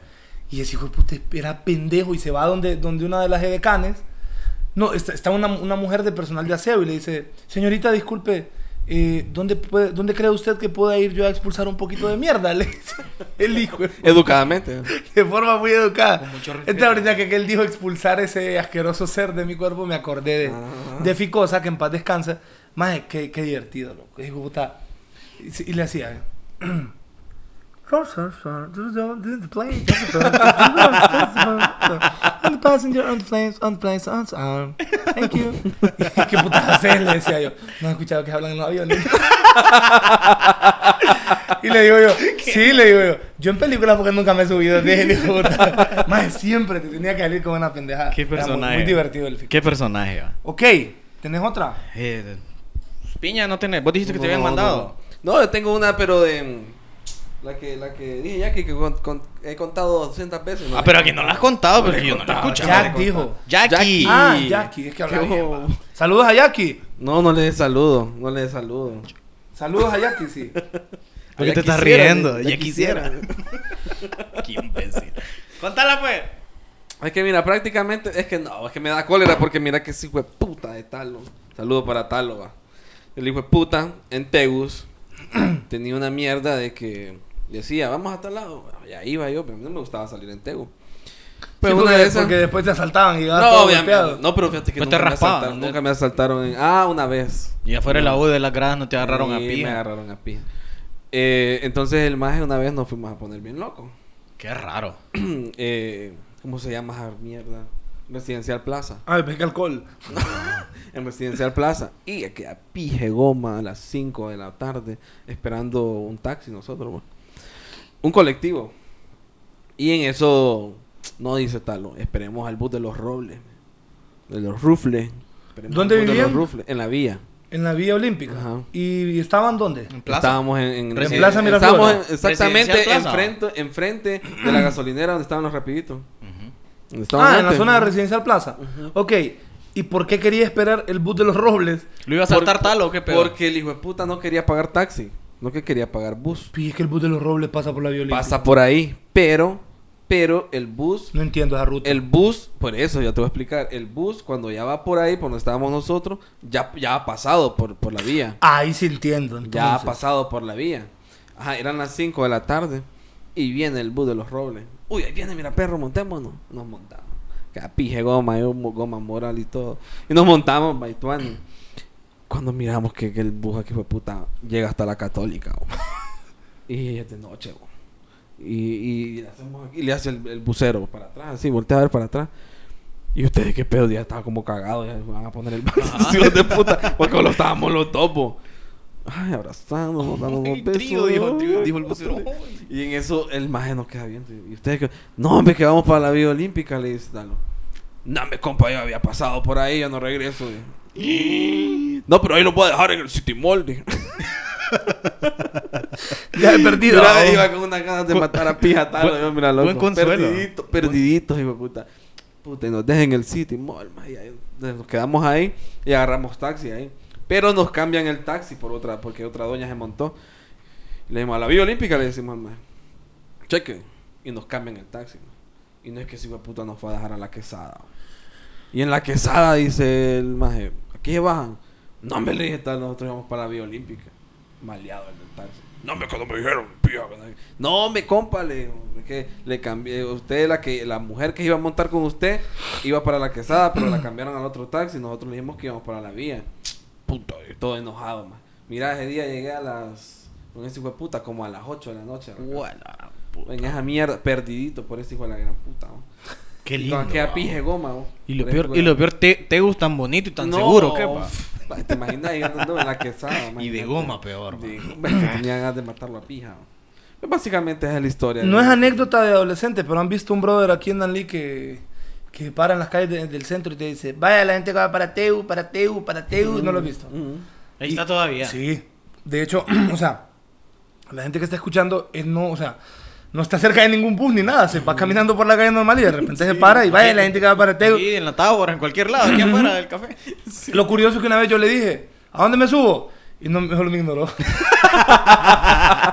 Y ese hijo de puta era pendejo y se va donde, donde una de las edecanes. No, está, está una, una mujer de personal de aseo y le dice, señorita, disculpe, eh, ¿dónde, puede- ¿dónde cree usted que pueda ir yo a expulsar un poquito de mierda? [laughs] Le dice el hijo de Educadamente. [laughs] de forma muy educada. mucho respeto. Esta ahorita que él dijo expulsar ese asqueroso ser de mi cuerpo, me acordé de, Ah. de Ficosa, que en paz descansa. Más qué, qué divertido, loco. Hijo de puta. Y, se- y le hacía. [clears throat] eh. And the passenger on the planes, on the planes, on the arm. Thank you. [laughs] ¿Qué putas haces? Le decía yo. No he escuchado que hablan en los aviones. [laughs] Y le digo yo, sí, le digo yo. Yo en películas porque nunca me he subido de él, hijo de puta. Más siempre te tenía que salir con una pendejada. Qué Era muy- personaje. Muy, divertido el fico. ¿Qué personaje va? Ok, ¿tenés otra? Eh, Piña, no tenés. Vos dijiste que te No, habían no, mandado. No, No, yo tengo una, pero de. mm, La que, la que dije Jackie, que con- con- he contado 200 veces. Ah, pero aquí no la has contado, porque yo no la he escuchado. Jack dijo. Jackie. Jackie. Ah, Jackie, es que hablaba Qué bien, bobo. va. Saludos a Jackie. No, no le saludo, no le saludo. Saludos a Jackie, sí. [laughs] ¿Por qué Ya te estás quisiera, riendo? ya Ya quisiera. Qué imbécil. Contala, pues. Es que mira, prácticamente, es que no, es que me da cólera porque mira que ese hijo de puta de Talo. Saludo para Talo, va. El hijo de puta en Tegus [clears throat] tenía una mierda de que decía, vamos a tal lado. Y ahí iba yo, pero a mí no me gustaba salir en Tegus. Pero Sí, una porque, de esas. porque después te asaltaban y llegabas No, todo obviamente, golpeado. No, pero fíjate que Pues te nunca, me raspaban, asaltaron, ¿no? nunca me asaltaron. en- Ah, una vez. Y afuera de la U de las gradas no te agarraron a Sí, Me pija. agarraron a pija. Eh, entonces el maje una vez nos fuimos a poner bien locos. Qué raro. [clears throat] eh, ¿Cómo se llama esa mierda? Residencial Plaza. Ay, Ah, pesca alcohol. En Residencial Plaza. Y aquella pije goma a las 5 de la tarde esperando un taxi nosotros, pues. Un colectivo. Y en eso no dice talo. Esperemos al bus de los robles. De los rufles. Esperemos ¿Dónde al bus de los vivían? Rufles, En la vía. En la Villa Olímpica. Ajá. ¿Y estaban dónde? En plaza. Estábamos en, en, Residencia. en- Plaza Miraflores. estábamos en- exactamente Residencial Plaza. enfrente, enfrente de la gasolinera donde estaban los rapiditos. Donde estaban Ah, en la antes. zona de Residencial Plaza. Ok, ¿y por qué quería esperar el bus de los Robles? ¿Lo iba a saltar tal o qué pedo? [laughs] Porque el hijo de puta no quería pagar taxi, no que quería pagar bus. Pi, es que el bus de los Robles pasa por la Vía Olímpica. Pasa por ahí, pero pero el bus No entiendo esa ruta. el bus, por eso ya te voy a explicar, el bus cuando ya va por ahí, por donde estábamos nosotros, ya ya ha pasado por por la vía. Ahí sí entiendo. Ya ha entonces. pasado por la vía. Ajá, eran las 5 de la tarde. Y viene el bus de los robles. Uy, ahí viene, mira, perro, montémonos. Nos montamos. Capije, goma, yo, mo- goma moral y todo. Y nos montamos, Baituani. Cuando miramos que, que el bus aquí fue puta, llega hasta la católica. bo. [laughs] y es de noche, bo. Y, y le hacemos aquí- le hace el, el bucero para atrás, así, voltea a ver para atrás. Y ustedes, qué pedo, ya estaba como cagado, ya van [laughs] a poner el [laughs] hijos de puta, porque lo estábamos los topos. Ay, abrazándonos, dándonos besos. trío, dijo- dijo- dijo el vocero. Y en eso el maje nos queda viendo. Y ustedes, que- no, hombre, que vamos para la vida olímpica, le dice Talo. No, me compa, yo había pasado por ahí, ya no regreso. [gasps] dijo. No, pero ahí lo puedo dejar en el City Mall. dijo. Ya he perdido. Mira, iba con una ganas de matar a [laughs] pija Talo. yo, mira, loco. buen consuelo. Perdidito, perdidito, hijo de puta. Puta, y nos dejen en el City Mall, maje, y ahí Nos quedamos ahí y agarramos taxi ahí. Pero nos cambian el taxi por otra, porque otra doña se montó. Le decimos a la Vía Olímpica, le decimos al maje. Chequen. Y nos cambian el taxi. ¿no? Y no es que ese hijo de puta nos fue a dejar a la quesada. ¿no? Y en la quesada dice el maje, aquí se bajan. No me le dije tal, nosotros íbamos para la Vía Olímpica. Maleado el del taxi. No me cuando me dijeron, pía, que no- No me compa, le dijo, "es que le cambié, usted la que, la mujer que iba a montar con usted, iba para la quesada, pero la cambiaron al otro taxi, nosotros le dijimos que íbamos para la vía. Puto, yo todo enojado, más. Mira, ese día llegué a las con ese hijo de puta como a las 8 de la noche. ¿verdad? Guala. En esa mierda, perdidito por ese hijo de la gran puta. ¿no? Qué Y lindo. con aquella va. pije goma. ¿no? Y lo Por peor, ejemplo, y lo peor te, te gustan bonito y tan No, seguro, ¿qué va? pf, pa, Te imaginas ahí andando en la quesada. [laughs] Y de imagínate. goma peor, De goma, que Tenía ganas de matarlo a pija. ¿no? Pues básicamente esa es la historia. No de- es anécdota de adolescente, pero han visto un brother aquí en Danlí que, que para en las calles de- del centro y te dice, vaya la gente que va para Teu, para Teu, para Teu, no lo he visto. Ujú. Mm, Ahí Y- está todavía. Sí, de hecho, [clears throat] o sea, la gente que está escuchando eh, no, o sea, no está cerca de ningún bus ni nada, se va Mm. caminando por la calle normal y de repente se para y vaya la gente que va para Teu. Sí, en la Tábora, en cualquier lado, aquí afuera del café. Lo curioso es que una vez yo le dije, ¿a dónde me subo? Y no, mejor me [laughs] [laughs] ignoró.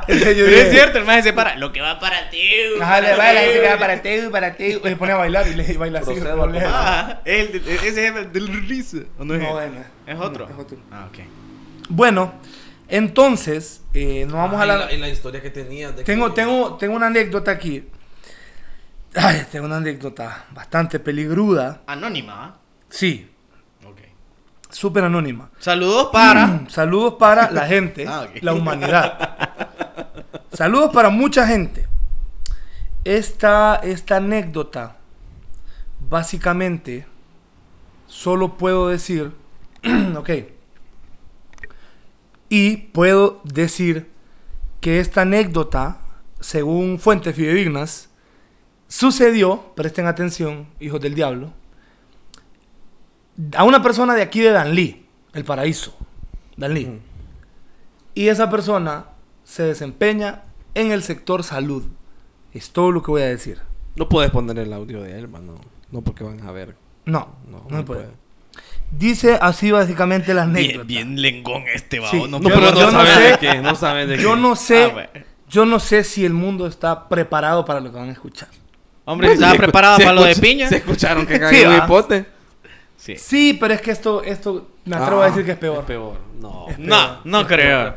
Entonces yo Pero es dije, cierto, el maestro se para. Lo que va para ti. Ajá, le baila, y le da para ti, para ti. Y se pone a bailar y le baila así. Procedo no a le- tomar. Ah, [laughs] el, del- ese es el del risa. ¿O no es? No, él? bueno. ¿Es otro? Es otro. Ah, ok. Bueno, entonces, eh, nos vamos a la... Ah, Y la historia que tenía. de Tengo, que- tengo, tengo una anécdota aquí. Ay, tengo una anécdota bastante peligruda. Anónima. Sí, ¿ah? Ok. súper anónima. Saludos Mm. para. Saludos para la gente, Ah, ok. la humanidad. Saludos para mucha gente. Esta, esta anécdota, básicamente, solo puedo decir, [clears throat] ok, y puedo decir que esta anécdota, según fuentes fidedignas, sucedió, presten atención, hijos del diablo, a una persona de aquí de Danlí, el paraíso, Danlí. Y esa persona se desempeña en el sector salud. Es todo lo que voy a decir. No puedes poner el audio de él, mano. No, porque van a ver. No, no, No, se no puede. puede. Dice así básicamente la anécdota. Bien, bien lengón este Sí. vago. No, No, no, pero pero yo no saben sé. de qué, no [laughs] saben [laughs] de qué. Yo no sé, Ah, bueno. yo no sé si el mundo está preparado para lo que van a escuchar. Hombre, si estaba escu- preparada se para lo de escucha- piña. Se escucharon que Sí, cayó un va. hipote. Sí. Sí, pero es que esto, esto me atrevo Ah, a decir que es peor. peor. No. No, no creo.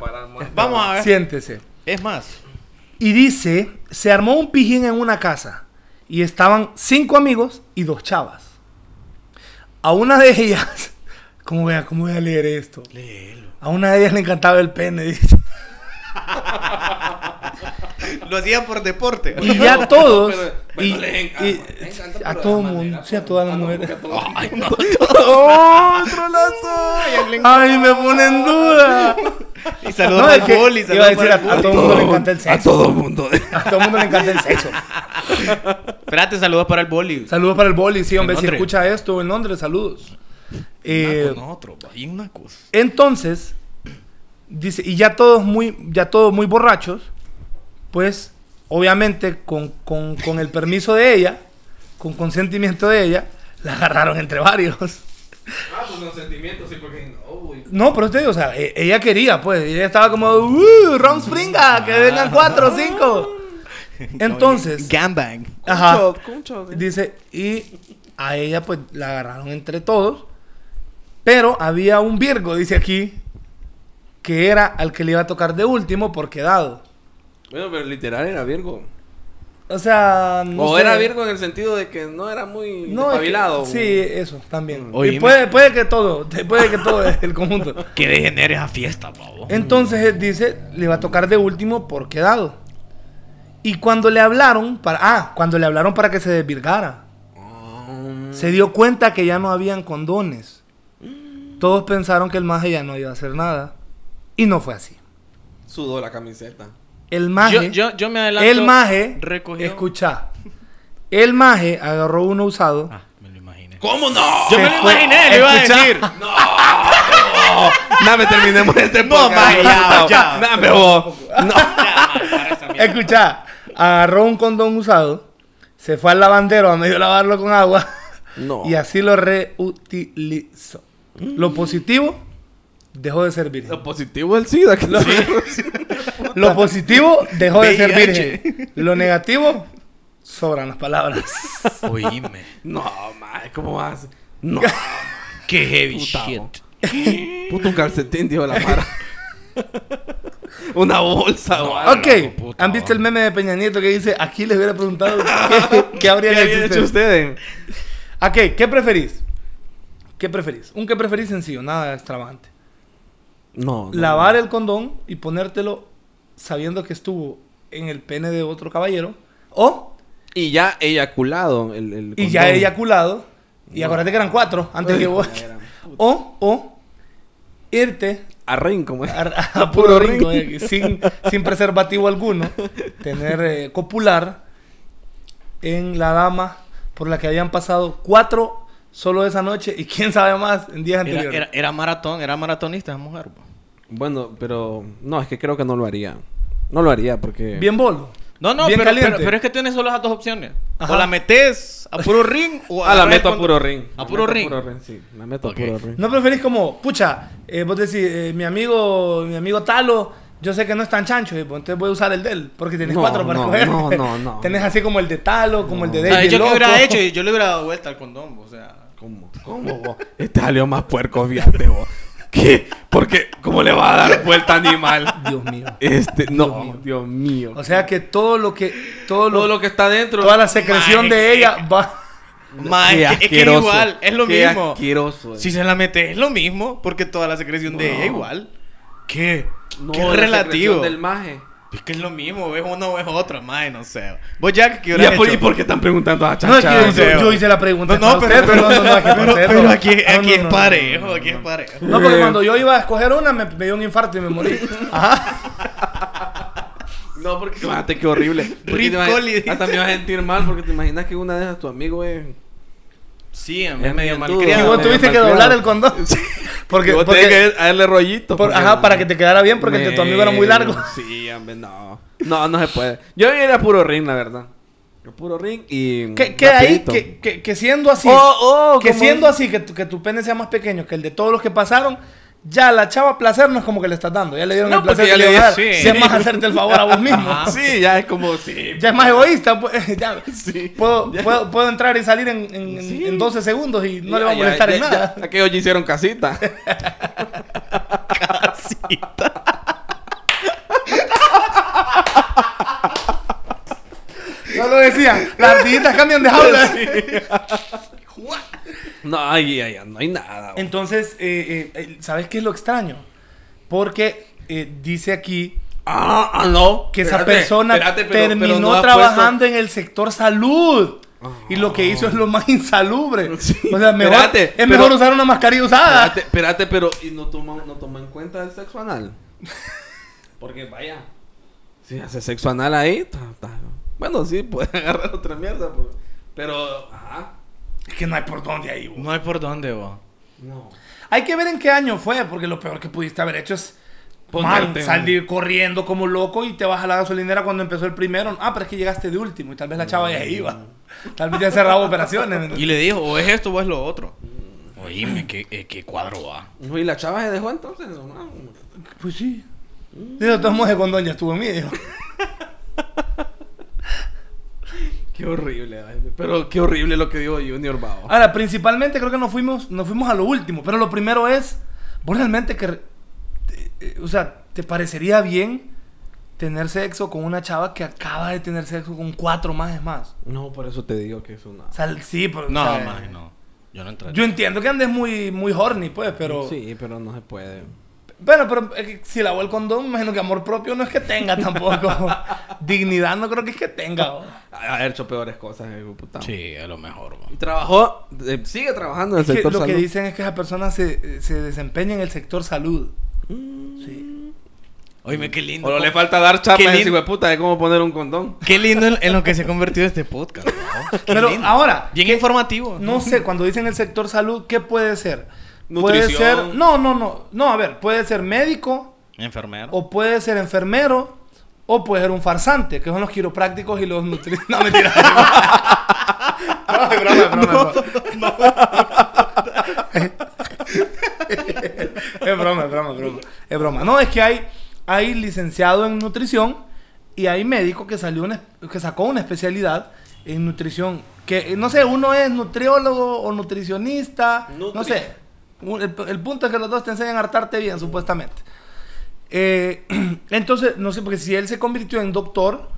Vamos a ver. Siéntese. Es más. Y dice, se armó un pijín en una casa y estaban cinco amigos y dos chavas. A una de ellas, [laughs] ¿cómo voy a, cómo voy a leer esto? A una de ellas le encantaba el pene, [laughs] dice. Lo hacía por deporte. Y ya todos. pero- y, bueno, les enca- y- les encanta, a pero todo de mundo, manera, sí, a pues. todas las Ah, no, mujeres. [laughs] porque a todas- Ay, no. ¡Oh, trolazo! Ay, me pone en duda. [laughs] Y No, es saludos al que boli. iba Saludos a decir, para el a, a boli. todo el mundo le encanta el A sexo. todo mundo. A todo el mundo le encanta el sexo. Espérate, saludos para el boli. Ah, Saludos para el boli, sí, hombre, si Londres. escucha esto en Londres, Ah, saludos. pues Eh, Nacos, nosotros, va, bien nacos. Entonces, dice, y ya todos muy, ya todos muy borrachos, pues, obviamente, con, con- con el permiso de ella, con consentimiento de ella, la agarraron entre varios. Ah, pues los sentimientos, sí, porque. oh, Uy. No, pero usted, o sea, e- ella quería, pues, ella estaba como, ¡Uh! ¡Ron Springa! ¡Que vengan cuatro o cinco! [laughs] Entonces, Gambang. ajá, Concho, dice, y a ella, pues, la agarraron entre todos, pero había un Virgo, dice aquí, que era al que le iba a tocar de último por quedado. Bueno, pero literal era Virgo. O sea, no o sé. era Virgo en el sentido de que no era muy No, es que- espabilado. sí, eso, también. Oye, Y puede, puede que todo, puede que todo es el conjunto. [laughs] Que degenere esa fiesta, pavo. Entonces él dice, le va a tocar de último por quedado. Y cuando le hablaron para ah, cuando le hablaron para que se desvirgara, Ah. se dio cuenta que ya no habían condones. Mm. Todos pensaron que el maje ya no iba a hacer nada y no fue así. Sudó la camiseta. El maje Yo- yo- yo me adelanto. el maje Recogió. escucha. El maje agarró uno usado. Ah, me lo imaginé. ¿Cómo no? Yo me Se lo fue- imaginé, le iba a Escucha. [laughs] decir. Dame, terminemos este No, maje, ya, ya. Dame, vos. Escucha, agarró un condón usado, se fue al lavandero a medio lavarlo con agua No. y así lo reutilizó. Lo positivo dejó de ser virgen. Lo positivo es el SIDA. [laughs] Que no- [laughs] Lo positivo dejó de ser VIH. virgen. Lo negativo sobran las [laughs] palabras. Oíme. No, maje, ¿cómo vas? No. Qué heavy Puta, vos. shit. Puto un calcetín, dijo la mara. [laughs] Una bolsa, o algo. Ok, ¿han visto el meme de Peña Nieto que dice, aquí les hubiera [laughs] preguntado qué, qué ¿Qué habrían habían hecho hecho ustedes? ustedes? Ok, ¿qué preferís? ¿Qué preferís? Un qué preferís sencillo, nada extravagante. No. no, lavar el condón y ponértelo sabiendo que estuvo en el pene de otro caballero, o Y ya eyaculado el, el y ya condón. eyaculado, y acuérdate que eran cuatro antes que vos, o, o irte A ring, como es. a, [laughs] a puro rinco, eh, sin, sin preservativo alguno, tener eh, copular en la dama por la que habían pasado cuatro solo esa noche y quién sabe más en días Era, anteriores. era- eh. era maratón, era maratonista esa mujer. po. Bueno, pero no, es que creo que no lo haría. No lo haría porque. Bien bolo. No, no, Bien pero, caliente. pero- pero es que tienes solo esas dos opciones. Ajá. O la metes a puro ring o Ah, la agarras meto a el puro condo- ring. A puro La meto ring. sí. La meto Ok. a puro ring. ¿No preferís como, pucha, eh, vos decís, eh, mi amigo, mi amigo Talo, yo sé que no es tan chancho, eh, pues, entonces voy a usar el de él, porque tenés No, cuatro para no, coger. no, [laughs] no, no. Tenés así como el de Talo, como el de O sea, David yo que Loco. hubiera hecho, yo le hubiera dado vuelta al condón, o sea. ¿Cómo? ¿Cómo vos? Este salió más puerco, fíjate vos. ¿Qué? Porque, ¿cómo le va a dar vuelta animal? Dios mío. Este, no, Dios mío. O sea que todo lo que, todo lo, todo lo que está dentro. toda la secreción Mae, de ella va... Ah, Ma, Qué es que- es que asqueroso. igual, es lo Qué mismo. asqueroso, eh. Si se la metes es lo mismo, porque toda la secreción de ella igual. ¿Qué? No, ¿Qué la relativo? secreción del maje. Es que es lo mismo, ves uno o es otra, mae, no sé. Vos ya que ¿Y, a por- y por qué están preguntando Ah, a No, es Chacha? que Chao, yo, Teo. yo hice la pregunta. No, no, para pero- usted, no, no, no, hay que Pero, hacerlo. pero aquí, No, aquí no, es no, parejo, aquí es parejo. No, porque cuando yo iba a escoger una, me, me dio un infarto y me [laughs] morí. Ah, Ajá. No, porque imagínate [laughs] qué horrible. Porque te imaginas- Ricoli. Hasta me vas a sentir mal porque te imaginas que una de esas tu amigo eh. es. Sí, a Es mí medio medio Y tudo. malcriado. vos me tuviste que malcriado. doblar el condón. Porque, Porque, vos porque- tenés que darle rollito. por- ajá, para que te quedara bien, porque el de tu amigo era muy largo. Sí, hombre, no. No, no se puede. Yo era puro ring, la verdad. Yo puro ring y. Que, que ahí, rapidito. que, que, que siendo así, Oh, oh, que como- siendo así, que tu, que tu pene sea más pequeño que el de todos los que pasaron, ya la chava placer no es como que le estás dando. Ya le dieron No, el placer porque que ya le le iban a dar. di- sí. Si es más hacerte el favor a vos mismo. Ajá. Sí, ya es como. Sí. Ya es más egoísta, pues, [laughs] ya. Sí. Puedo, Ya. Puedo, puedo entrar y salir en, en, Sí. en 12 segundos y no Ya, le va a ya, molestar ya, en ya. [laughs] nada. Aquellos ya [laughs] hicieron casita. Solo decían, las artillitas cambian de [laughs] jaula. No, ahí, ahí, no hay nada. güey. Entonces, eh, eh, eh, ¿sabes qué es lo extraño? Porque eh, dice aquí Ah, ah, no. que esa Espérate, persona espérate, pero- pero terminó no has trabajando en el sector salud. Y lo que hizo es lo más insalubre. [laughs] Sí. O sea, mejor, Espérate, es pero- mejor usar una mascarilla usada. Espérate, espérate, pero ¿y no toma, no toma en cuenta el [laughs] sexo anal? Porque vaya. Si hace sexo anal ahí, ta- ta- bueno, sí, puede [laughs] agarrar otra mierda, pero, pero, ajá. Es que no hay por dónde ahí, bo. No hay por dónde, vos. No. Hay que ver en qué año fue, porque lo peor que pudiste haber hecho es Ponerte, man, ¿no? salir corriendo como loco y te vas a la gasolinera cuando empezó el primero. Ah, pero es que llegaste de último y tal vez la chava ya iba. Tal vez ya cerraba operaciones. ¿me entiendes? Y le dijo, o es esto o es lo otro. Oíme, ¿qué, eh, qué cuadro va? No, ¿Y la chava se dejó entonces? No, no. Pues sí. Digo, tomó de condón, ya estuvo en mí. dijo. Qué horrible, ay, pero qué horrible lo que dijo Junior Bao. Ahora, principalmente creo que nos fuimos, nos fuimos a lo último, pero lo primero es, vos realmente que, eh, eh, o sea, ¿te parecería bien tener sexo con una chava que acaba de tener sexo con cuatro más es más? No, por eso te digo que es una... O sea, sí, pero... o No, sea, mae, no. Yo no entré. Yo entiendo que andes muy, muy horny, pues, pero... Sí, pero no se puede. Bueno, pero es que si lavó el condón, me imagino que amor propio no es que tenga tampoco. [laughs] Dignidad no creo que es que tenga. bo. Ha ha hecho peores cosas, hijo de puta. Sí, es lo mejor, va. Y trabajó, eh, sigue trabajando en el Es que sector lo que salud. dicen es que esa persona se, eh, se desempeña en el sector salud. Sí. Oíme, qué lindo. O no co- le falta dar Qué chapas a ese lindo. hijo de puta de cómo poner un condón. Qué lindo en, en lo que se ha convertido este [laughs] podcast, ¿no? Qué Pero lindo. ahora, Bien informativo. no sé, cuando dicen el sector salud, ¿qué puede ser? Puede Nutrición. ser. No, no, no. No, a ver, puede ser médico, Enfermero. o puede ser enfermero, o puede ser un farsante, que son los quiroprácticos y los nutricionistas. [laughs] No, mentira. no, es [laughs] broma, es broma, es broma. es broma, es broma, es broma. Es broma. No, es que hay, hay licenciado en nutrición y hay médico que salió una- que sacó una especialidad en nutrición. Que eh, no sé, uno es nutriólogo o nutricionista. No Nutri- sé. Un- El, el punto es que los dos te enseñan a hartarte bien, supuestamente. Eh, [clears throat] entonces, no sé, porque si él se convirtió en doctor,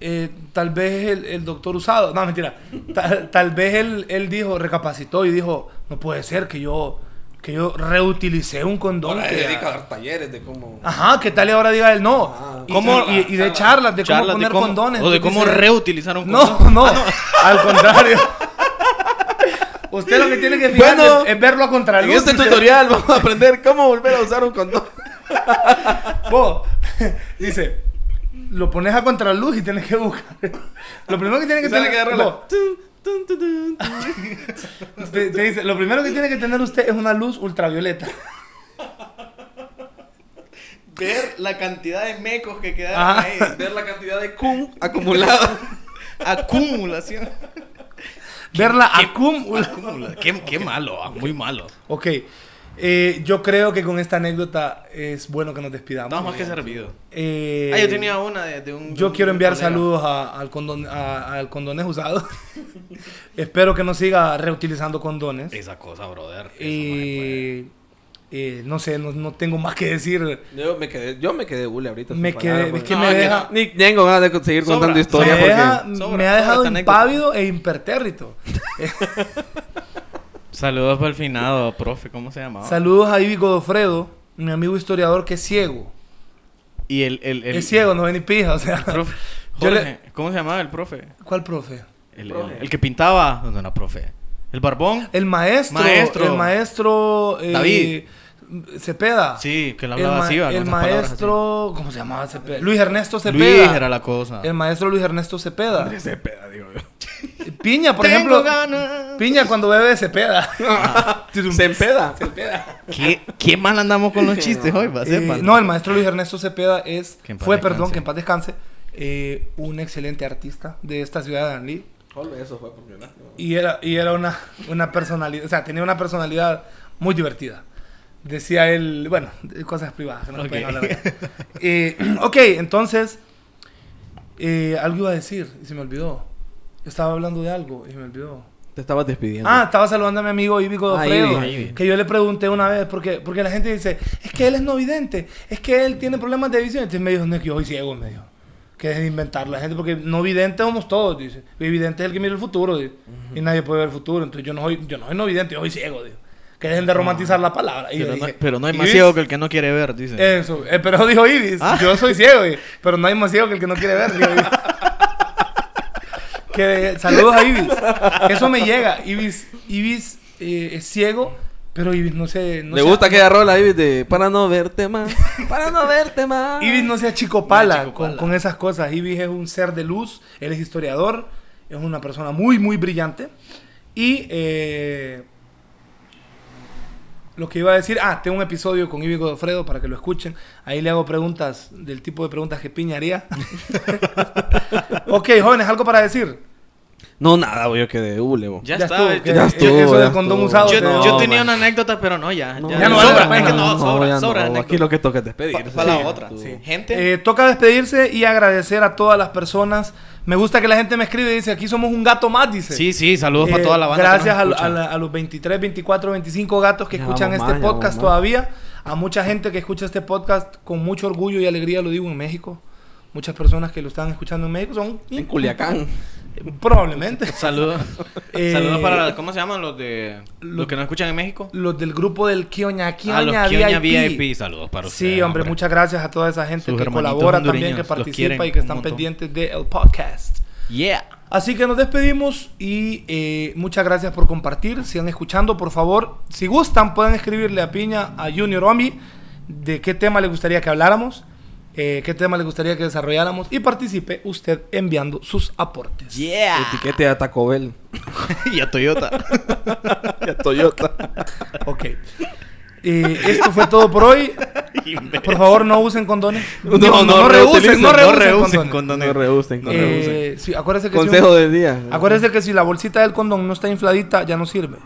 eh, tal vez el, el doctor usado, no mentira, tal, tal vez él, él dijo, recapacitó y dijo, no puede ser que yo, que yo reutilicé un condón. Ahora que se ya-". [laughs] dedica a dar talleres de cómo... Ajá, ¿qué tal y ahora diga él no? Ah. charlas. ¿Cómo? Y, y de charlas, de Charlas cómo poner condones. pues, O de cómo Dice- reutilizar un No, condón. no, al contrario. [laughs] Usted lo que tiene que fijar Bueno, es, es verlo a En contraluz. este dice, tutorial vamos a [laughs] aprender cómo volver a usar un [laughs] condón. vos, [laughs] dice, lo pones a contraluz y tienes que buscar. Lo primero que tiene que Sale tener que agarra la- vos, te- te dice, lo primero que tiene que tener usted es una luz [laughs] ultravioleta. Ver la cantidad de mecos que quedaron Ajá. Ver la cantidad de Cum acumulado. [laughs] acumulación. Verla acumula. Acumula- Qué, qué malo, ah, muy malo. Ok. eh, yo creo que con esta anécdota es bueno que nos despidamos. Estamos más que servidos. Eh, Ah, yo tenía una de, de un. Yo un- quiero un enviar colega. saludos a- al, condón, a- al condones usado. [laughs] Espero que no siga reutilizando condones. Esa cosa, brother. eso pues. no se puede. Y eh, no sé, no, no tengo más que decir. [laughs] Yo me quedé, yo me quedé bule ahorita. Me sin quedé- es palabras, que porque- me No, deja- Ni tengo ganas de seguir Sobra, contando Me, historias sobra, deja- porque... me sobra, ha dejado sobra esta anécdota. impávido e impertérrito. Saludos para el finado, profe, ¿cómo se llamaba? Saludos a Ibi Godofredo, mi amigo historiador que es ciego. y el. el, el Es ciego, no ve ni pija. O sea, profe- [laughs] Yo le- Jorge, ¿Cómo se llamaba el profe? ¿cuál profe? El, el- el que pintaba. No, no era profe. El barbón. El maestro. Maestro. El maestro. eh, David. Cepeda. Sí, que le el hablaba ma- así, ¿va? Con el esas palabras así. maestro. ¿Cómo se llamaba Cepeda? Luis Ernesto Cepeda. Luis era la cosa. El maestro Luis Ernesto Cepeda. Cepeda, digo yo. Piña, por Tengo ejemplo. ganas. Piña cuando bebe Cepeda. [laughs] Se empeda. ¿Qué, qué mal andamos con los chistes hoy, va? Eh, Sepan. no, el maestro Luis Ernesto Cepeda es, Que en paz fue, descanse. perdón, que en paz descanse, eh, un excelente artista de esta ciudad de Danlí. Joder, Eso fue porque no. Y era, y era una, una personalidad, o sea, tenía una personalidad muy divertida. Decía él, bueno, de cosas privadas, que no se Ok. pueden hablar acá. [laughs] Eh, [clears throat] ok, entonces, eh, algo iba a decir y se me olvidó. Estaba hablando de algo y se me olvidó. Te estabas despidiendo. Ah, estaba saludando a mi amigo Ibi Godofredo. Ibi, Ibi. que yo le pregunté una vez, porque, porque la gente dice, es que él es no vidente, es que él tiene problemas de visión. Entonces me dijo, no es que yo soy ciego, me dijo. Que es inventar la gente, porque no vidente somos todos, dice. Y vidente es el que mira el futuro, dice. Y nadie puede ver el futuro. Entonces yo no soy, yo no soy no vidente, yo soy ciego, dijo. Que dejen de romantizar la palabra. Y yo Pero no, dije, pero no hay más "Ibis, ciego que el que no quiere ver, dice. Eso, eh, pero [laughs] dijo Ibis, yo soy ciego, dijo, pero no hay más ciego que el que no quiere ver. dijo Ibis. que saludos a Ibis. Eso me llega. Ibis, Ibis eh, es ciego, pero Ibis no se. No Le se- gusta aquella rola, Ibis, de para no verte más, para [laughs] no verte más. Ibis no sea chico pala, chico con, pala. con esas cosas. Ibis es un ser de luz, él es historiador, es una persona muy, muy brillante. Y eh, lo que iba a decir, ah, tengo un episodio con Ibis Godofredo para que lo escuchen. Ahí le hago preguntas del tipo de preguntas que Piña [laughs] haría. ok, jóvenes, algo para decir. No, nada, güey, yo quedé hule, bo. Ya, Ya está. estuvo, eh, que- yo- eh, eso del condón usado, yo, No, yo man. tenía una anécdota, pero no, ya. ya, ya no vale la sobra, pena. es que no, sobra, ya sobra. no. anécdota. Aquí lo que toca es despedir. Pa- pa' la Sí, otra. tú. Sí. Gente. Eh, toca despedirse y agradecer a todas las personas. Me gusta que la gente me escribe y dice, aquí somos un gato más, dice. sí, sí, saludos para Eh, toda la banda. que Gracias nos a lo- escucha. a, la- a los 23, 24, 25 gatos que Ya escuchan vamos este más, ya podcast vamos más. todavía. A mucha gente que escucha este podcast con mucho orgullo y alegría, lo digo en México. Muchas personas que lo están escuchando en México son... En Culiacán. [laughs] Probablemente. Saludos. Eh, [laughs] saludos para, la- ¿cómo se llaman los de los lo- que nos escuchan en México? Los del grupo del Kioña, a Ah, los Kioña, Kioña VIP. VIP. Saludos para ustedes. Sí, hombre, muchas gracias a toda esa gente Sus que hermanitos colabora también, hondureños, que los participa quieren y que un están montón. pendientes del podcast. Yeah. Así que nos despedimos y eh, muchas gracias por compartir. Sigan escuchando, por favor. Si gustan, pueden escribirle a Piña, a Junior o a mí de qué tema le gustaría que habláramos, eh, qué tema le gustaría que desarrolláramos y participe usted enviando sus aportes. Yeah. Etiquete a Taco Bell. [laughs] y a Toyota. Y a Toyota. Ok. Eh, esto fue todo por hoy. Por favor, [laughs] no usen condones. No, Digo, no, reutilizen, no rehúsen condones. condones. No rehusen, no rehusen. Eh, sí, acuérdense que si un- Consejo del día. Acuérdese que si la bolsita del condón no está infladita, ya no sirve.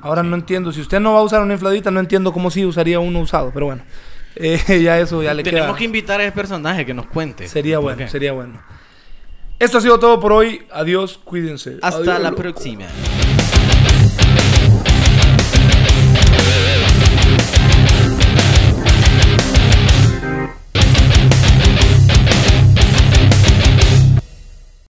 Ahora no entiendo. Si usted no va a usar una infladita, no entiendo cómo sí usaría uno usado. Pero bueno, Eh, [laughs] ya eso ya le Tenemos queda. que invitar a ese personaje que nos cuente. Sería ¿Por bueno, qué? sería bueno. Esto ha sido todo por hoy. Adiós, cuídense. Hasta Adiós, la loco. próxima.